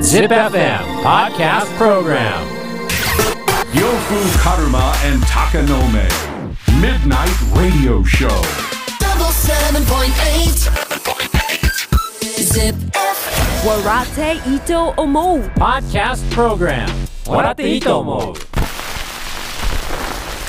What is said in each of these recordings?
Zip FM Podcast Program Yofu Karuma and Takanome. Midnight Radio Show. double seven point eight. Zip. Warate Ito Omo Podcast Program 笑っていいと思う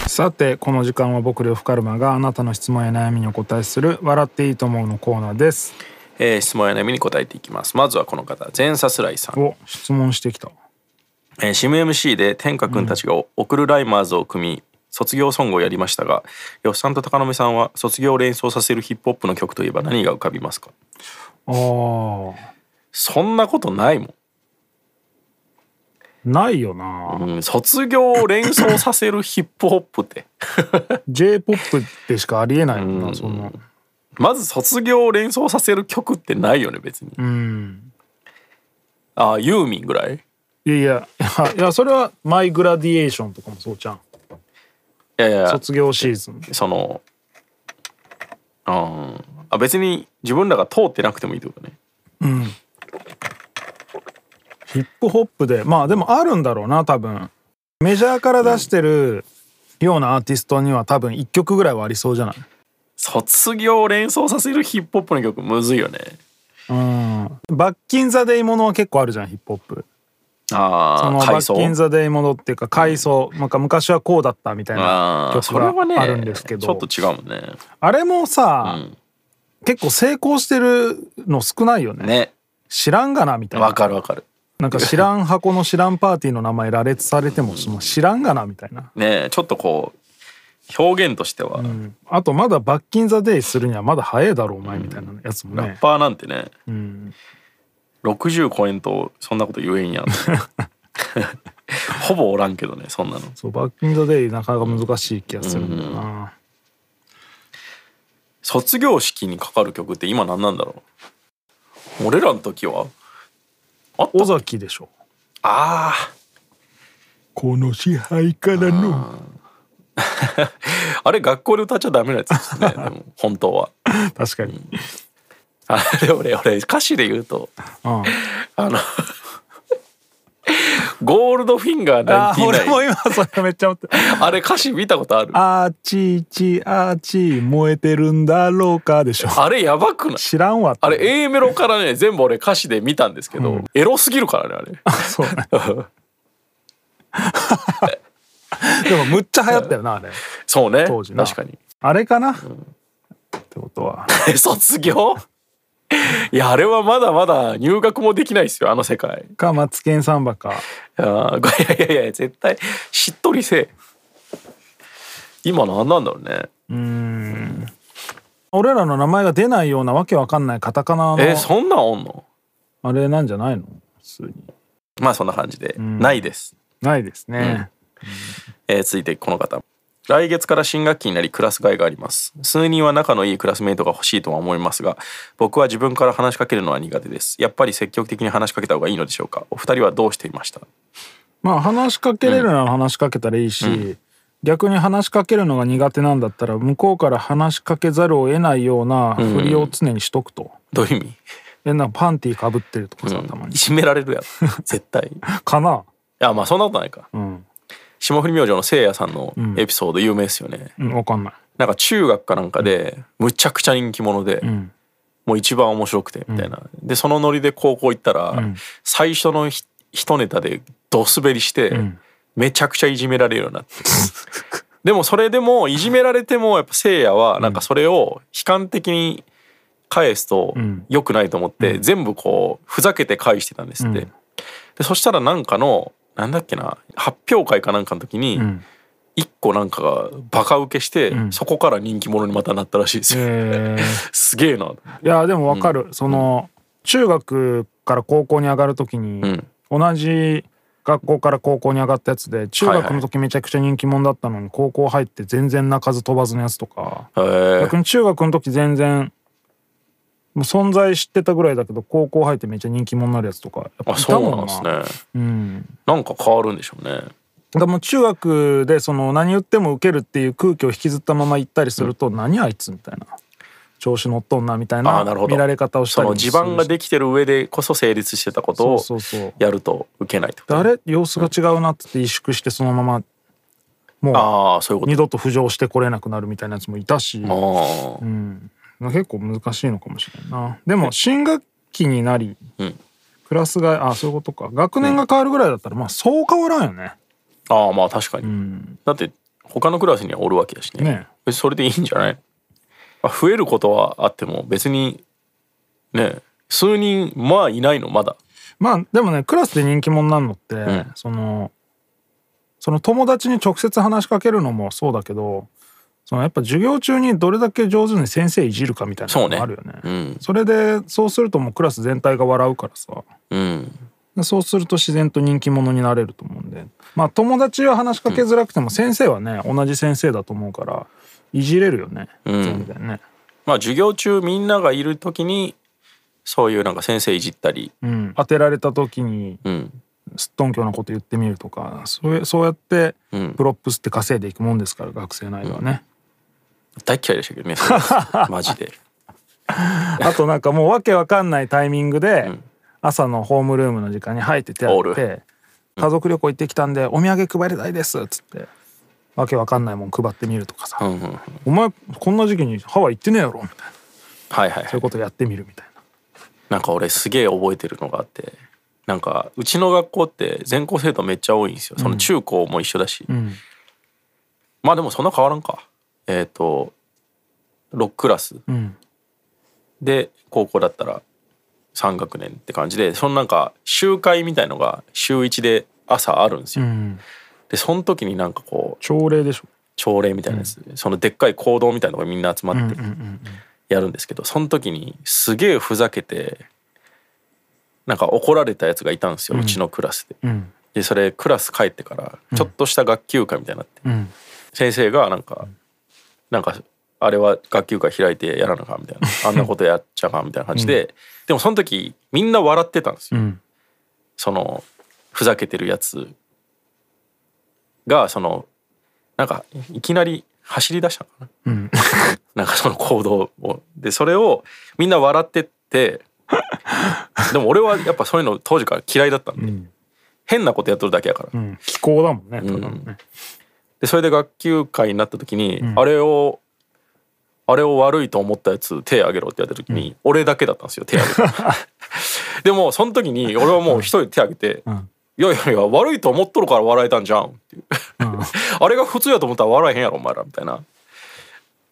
さてこの時間は僕呂布カルマがあなたの質問や悩みにお答えする「笑っていいと思う」のコーナーですえー質問や悩みに答えていきますまずはこの方前さすらいさん、お質問してきたえー、シム MC で天下君たちがお送るライマーズを組み卒業ソングをやりましたが呂布さんと高野目さんは卒業を連想させるヒップホップの曲といえば何が浮かびますかあーそんなことないもないよな、ん、うん、卒業を連想させるヒップホップって j p o p でしかありえないもんな、そのまず卒業を連想させる曲ってないよね別に、うんあーユーミンぐらいいやいやいやいやそれは「マイ・グラディエーション」とかもそうじゃんいやいや卒業シーズンそのうんあ別に自分らが通ってなくてもいいってことねヒップホップでまあでもあるんだろうな多分メジャーから出してるようなアーティストには多分1曲ぐらいはありそうじゃない卒業を連想させるヒップホップの曲むずいよねうんバッキン・ザ・デイものは結構あるじゃんヒップホップそあのあバ階層ッキン・ザ・デイものっていうか階層なんか昔はこうだったみたいなあーそ曲れはねがあるんですけどちょっと違うもんねあれもさ、結構成功してるの少ないよねね知らんがなみたいわなかるわかるなんか知らん箱の知らんパーティーの名前羅列されてもその知らんがなみたいなねちょっとこう表現としては、あとまだバッキン・ザ・デイするにはまだ早いだろお前みたいなやつもラッねパーなんてね、60超えんとそんなこと言え んやんほぼおらんけどねそんなのそうバッキン・ザ・デイなかなか難しい気がするんだよな卒業式にかかる曲って今何なんだろう俺らの時はあった尾崎でしょあー この支配からのあれ学校で歌っちゃダメなやつで すねでも本当は確かにあれ俺俺歌詞で言うとうんあのゴールドフィンガーあー俺も99今それめっちゃ 思ってあれ歌詞見たことあるああーちーちーあーちー燃えてるんだろうかでしょれやばくない知らんわってあれ A メロからね全部俺歌詞で見たんですけど、エロすぎるからねあ そうねれでもむっちゃ流行ったよなあれそうね当時な確かにあれかな、ってことは 卒業いやあれはまだまだ入学もできないですよあの世界かマツケンサンバかあーいやいやいや絶対しっとりせえ今何なんだろうね俺らの名前が出ないようなわけわかんないカタカナのえーそんなんおんのあれなんじゃないの普通にまあそんな感じで、ないです、ないですね、えー続いてこの方来月から新学期になりクラス替えがあります数人は仲のいいクラスメイトが欲しいとは思いますが僕は自分から話しかけるのは苦手ですやっぱり積極的に話しかけた方がいいのでしょうかお二人はどうしていましたまあ話しかけれるなら話しかけたらいいし、逆に話しかけるのが苦手なんだったら向こうから話しかけざるを得ないようなふりを常にしとくと、どういう意味えなんかパンティーかぶってるとかさ、たまにいじめられるやん絶対いかなやまあそんなことないか、ん霜降り明星のせいやさんのエピソード有名ですよね、うんわかんないなんか中学かなんかでむちゃくちゃ人気者で、もう一番面白くてみたいな、でそのノリで高校行ったら、最初のひ一ネタでドスベりして、めちゃくちゃいじめられるようになって でもそれでもいじめられてもやっぱせいやはなんかそれを悲観的に返すと良くないと思って、全部こうふざけて返してたんですって、でそしたらなんかのなんだっけな発表会かなんかの時に、一個なんかがバカ受けして、そこから人気者にまたなったらしいですよ、えー すげえないやでもわかる、その中学から高校に上がるときに、ん同じ学校から高校に上がったやつで中学の時めちゃくちゃ人気者だったのに高校入って全然泣かず飛ばずのやつとかへえ逆に中学の時全然もう存在知ってたぐらいだけど高校入ってめっちゃ人気者になるやつとかやっぱいあたそうもなんんですなね、なんか変わるんでしょうねだからもう中学でその何言っても受けるっていう空気を引きずったまま行ったりすると、何あいつみたいな調子乗っとんなみたいあなあなるほど見られ方をしたそりのもす地るし盤ができてる上でこそ成立してたことをそうそうそうやると受けないってことあれ様子が違うなって言って萎縮してそのままもああそういううこ二と度と浮上してこれなくなるみたいなやつもいたしああ結構難しいのかもしれないなでも新学期になり、んクラスがあそういうことか学年が変わるぐらいだったらまあそう変わらんよねああまあ確かに、だって他のクラスにはおるわけだしねねそれでいいんじゃない、まあ、増えることはあっても別にね数人まあいないのまだまあでもねクラスで人気者になるのって、んそのその友達に直接話しかけるのもそうだけどそのやっぱ授業中にどれだけ上手に先生いじるかみたいなのそうねもあるよねそうれんでそうするともうクラス全体が笑うからさうんでそうすると自然と人気者になれると思うんでまあ友達は話しかけづらくても先生はね、同じ先生だと思うからいじれるよね、んそうだよねまあ授業中みんながいる時にそういうなんか先生いじったり、うん、当てられた時にうん、すっとんきょうなこと言ってみるとかそういうそうやってんプロップスって稼いでいくもんですから学生の間はね、大嫌いでした けどねそれマジであとなんかもうわけわかんないタイミングで、朝のホームルームの時間に入って手おをってる家族旅行行ってきたんでお土産配りたいですっつってわけわかんないもん配ってみるとかさ、うんうんはいお前こんな時期にハワイ行ってねえやろみたいなはいはいそういうことやってみるみたいななんか俺すげえ覚えてるのがあってなんかうちの学校って全校生徒めっちゃ多いんですよその中高も一緒だし、まあでもそんな変わらんかえっ、と6クラス、んで高校だったら3学年って感じでそのなんか集会みたいのが週1で朝あるんですよ、でその時になんかこう朝礼でしょ朝礼みたいなやつ、そのでっかい講堂みたいなのがみんな集まってやるんですけど、その時にすげえふざけてなんか怒られたやつがいたんですよ、うちのクラスで。でそれクラス帰ってからちょっとした学級会みたいになって、先生がなんか、なんかあれは学級会開いてやらなあかんみたいなあんなことやっちゃあかんみたいな感じで、でもその時みんな笑ってたんですよ、そのふざけてるやつがそのなんかいきなり走り出したのかな、 なんかその行動をでそれをみんな笑ってってでも俺はやっぱそういうの当時から嫌いだったんで、変なことやっとるだけやから、うん気候だもんね、ただのねでそれで学級会になった時に、あれをあれを悪いと思ったやつ手挙げろってやった時に、俺だけだったんですよ手挙げ たのでもその時に俺はもう一人手挙げて「いやいやいや悪いと思っとるから笑えたんじゃん」っていう「 あれが普通やと思ったら笑えへんやろお前ら」みたいな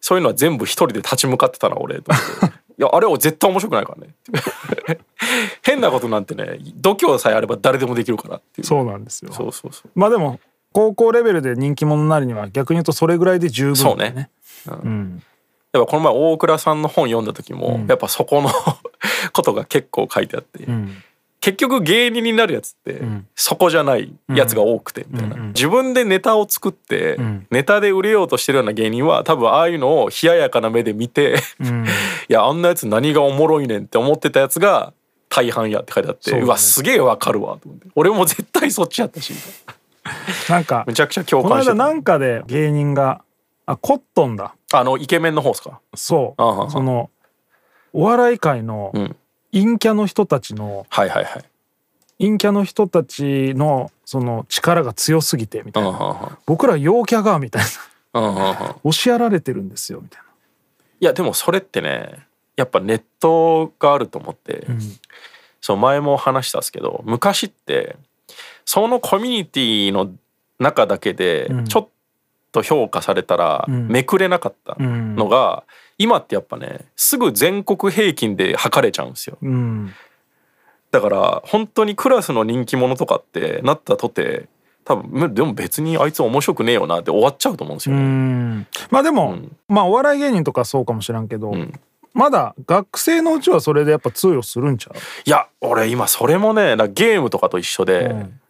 そういうのは全部一人で立ち向かってたな俺と思 って。いやあれは絶対面白くないからね 変なことなんてね度胸さえあれば誰でもできるからっていうそうなんですよそうそうそうまあでも高校レベルで人気者になるには逆に言うとそれぐらいで十分だよそうねやっぱこの前大倉さんの本読んだ時も、やっぱそこの ことが結構書いてあって、結局芸人になるやつって、そこじゃないやつが多くてみたいな、自分でネタを作って、ネタで売れようとしてるような芸人は多分ああいうのを冷ややかな目で見て、 いやあんなやつ何がおもろいねんって思ってたやつが大半やって書いてあってう,、わすげえわかるわと思って俺も絶対そっちやったしみたいななんかめちゃくちゃ共この感して間たなんかで芸人があコットンだあのイケメンの方ですかそうあははそのお笑い界のん陰キャの人たちのはいはいはい。陰キャの人たちのその力が強すぎてみたういんな、はんは僕ら陽キャがみたいな んうんはんはん押しやられてるんですよみたいないやでもそれってねやっぱネットがあると思って、そう前も話したんですけど昔ってそのコミュニティの中だけでちょっと評価されたらめくれなかったのが、今ってやっぱねすぐ全国平均で測れちゃうんですよ。うんだから本当にクラスの人気者とかってなったとて多分むでも別にあいつ面白くねえよなって終わっちゃうと思うんですよね。うんまあでも、んまあお笑い芸人とかそうかもしらんけど、んまだ学生のうちはそれでやっぱ通用するんちゃういや俺今それもねなんかゲームとかと一緒で、ん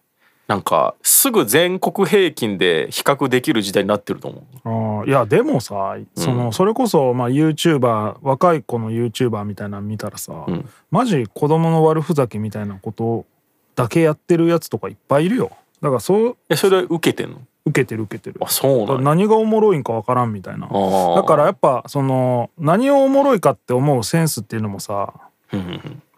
なんかすぐ全国平均で比較できる時代になってると思うあーいやでもさそのそれこそまあ YouTuber 若い子の YouTuber みたいなの見たらさ、マジ子供の悪ふざけみたいなことだけやってるやつとかいっぱいいるよだからそうえそれ受けてんの受けてる受けてるあそうなんだ何がおもろいんかわからんみたいなーだからやっぱその何をおもろいかって思うセンスっていうのもさ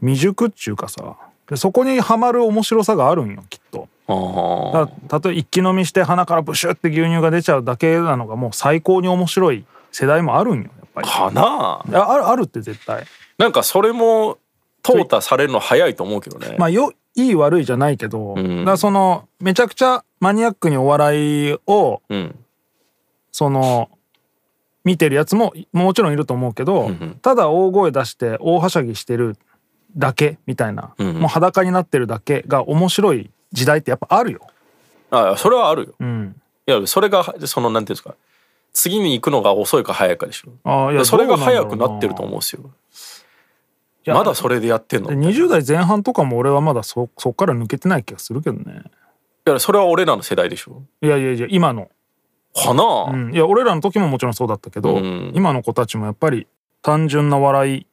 未熟っちゅうかさでそこにはまる面白さがあるんよきっとあーだから例えば一気飲みして鼻からブシュって牛乳が出ちゃうだけなのがもう最高に面白い世代もあるんよやっぱりかなああるあるって絶対なんかそれも淘汰されるの早いと思うけどね、まあよいい悪いじゃないけど、んだからそのめちゃくちゃマニアックにお笑いをうんその見てるやつももちろんいると思うけど、ただ大声出して大はしゃぎしてるだけみたいな、んもう裸になってるだけが面白い時代ってやっぱあるよ。あそれはあるよ、んいやそれがそのなんていうんですか次に行くのが遅いか早いかでしょあーいやそれがどうなんだ早ろうくななってると思うんですよやまだそれでやってんので20代前半とかも俺はまだそそっから抜けてない気がするけどね。いやそれは俺らの世代でしょいやいやいや今の、かな、うん、いや俺らの時ももちろんそうだったけど、うん今の子たちもやっぱり単純な笑いい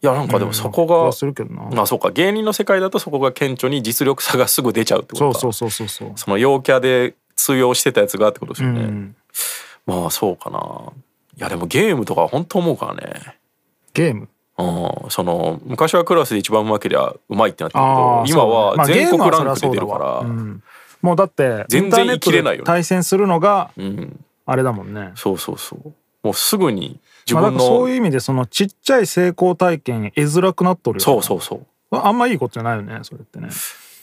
やなんかでもそこ気がが、するけどな。まあそうか芸人の世界だとそこが顕著に実力差がすぐ出ちゃうってこそとうかそうそうそうそう。その陽キャで通用してたやつがってことですよね、うんまあそうかないやでもゲームとか本当思うからねゲームうん、その昔はクラスで一番うまけりゃうまいってなってるけあどあ今そうだはね全国まあゲームランはクそでり出ゃるそうだかわらうんもうだってイン全タ然ーネット生きれないでよね対戦するのがうんあれだもんね。そうそうそうもうすぐに自まあ、だ分からそのういう意味でそのちっちゃい成功体験得づらくなっとるよね、そうそうそうあんまいいことじゃないよねそれってね。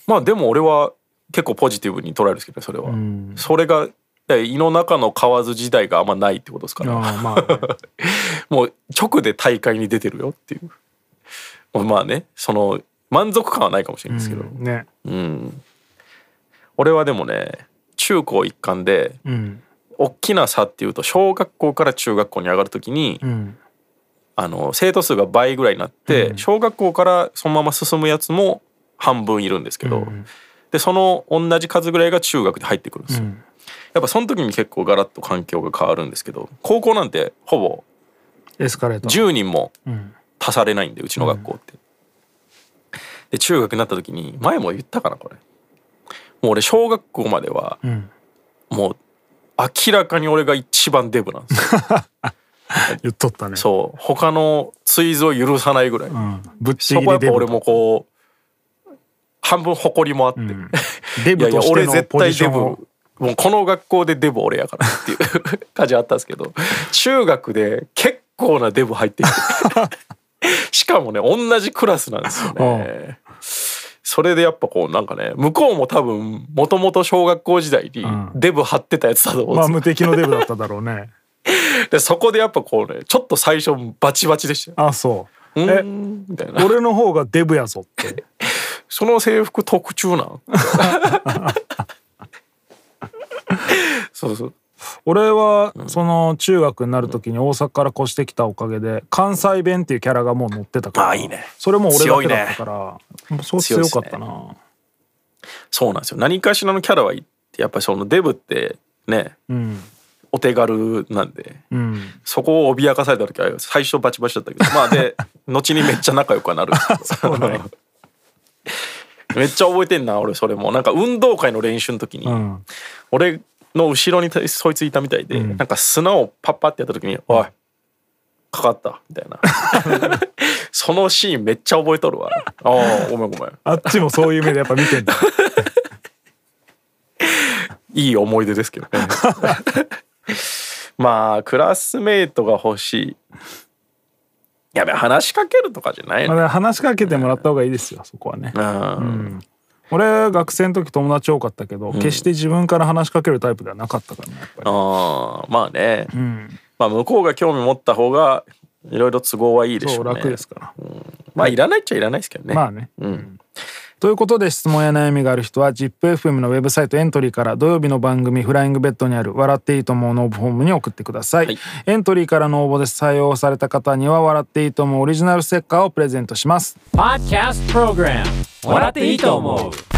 まあでも俺は結構ポジティブに捉えるんですけどねそれはんそれがえ胃の中の蛙自体があんまないってことですからああまあね、 もう直で大会に出てるよっていうまあまあねその満足感はないかもしれないですけど、うんね。うん俺はでもね中高一貫でうん大きな差っていうと小学校から中学校に上がるときに、うんあの生徒数が倍ぐらいになって、小学校からそのまま進むやつも半分いるんですけど、でその同じ数ぐらいが中学で入ってくるんですよ、やっぱその時に結構ガラッと環境が変わるんですけど高校なんてほぼエスカレート。 10人もうん足されないんでうちの学校って。で中学になった時に前も言ったかなこれもう俺小学校まではうんもう明らかに俺が一番デブなんですよ 言っとったね。そう他のツイズを許さないぐらい、うんぶっちそぎこはやりデっぱブ俺もこう半分誇りもあって、んデ いやブいとやし俺ての絶ポ対ジシデョブンを。もうこの学校でデブ俺やからっていう感じあったんです けど中学で結構なデブ入って きてしかもね同じクラスなんですよね。それでやっぱこうなんかね向こうも多分もともと小学校時代にんデブ張ってたやつだと思うまんであすよ無敵のデブだっただろうね。でそこでやっぱこうねちょっと最初バチバチでしたよ。あそう。 うえーんみたいな俺の方がデブやぞって。その制服特注なん。 そうそう。俺はその中学になる時に大阪から越してきたおかげで関西弁っていうキャラがもう乗ってたからあいいねそれも俺だけだったからそう強かったな、そうなんですよ。何かしらのキャラはいいって、やっぱりそのデブってね、うんお手軽なんで、うんそこを脅かされた時は最初バチバチ だったけど、まあで、後にめっちゃ仲良くはなるんですけど。 めっちゃ覚えてんな俺それもなんか運動会の練習の時に、ん俺の後ろにたそいついたみたいで、なんか砂をパッパってやった時に「おいかかった」みた いなそのシーンめっちゃ覚えとるわああごめんごめんあっちもそういう目でやっぱ見 てんだいい思い出ですけどね まあクラスメートが欲しいやべ話しかけるとかじゃないまの、だ話しかけてもらった方がいいですよそこはねうん、俺学生の時友達多かったけど、決して自分から話しかけるタイプではなかったからねやっぱりあーまあね、まあ向こうが興味持った方がいろいろ都合はいいでしそょううね楽ですから、まあいらないっちゃいらないですけどね。まあねうん。ということで質問や悩みがある人は ZIPFM のウェブサイトエントリーから土曜日の番組「フライングベッド」にある「笑っていいと思う」の応募フォームに送ってください、いエントリーからの応募で採用された方には「笑っていいと思う」オリジナルステッカーをプレゼントします Podcast Program 笑っていいと思う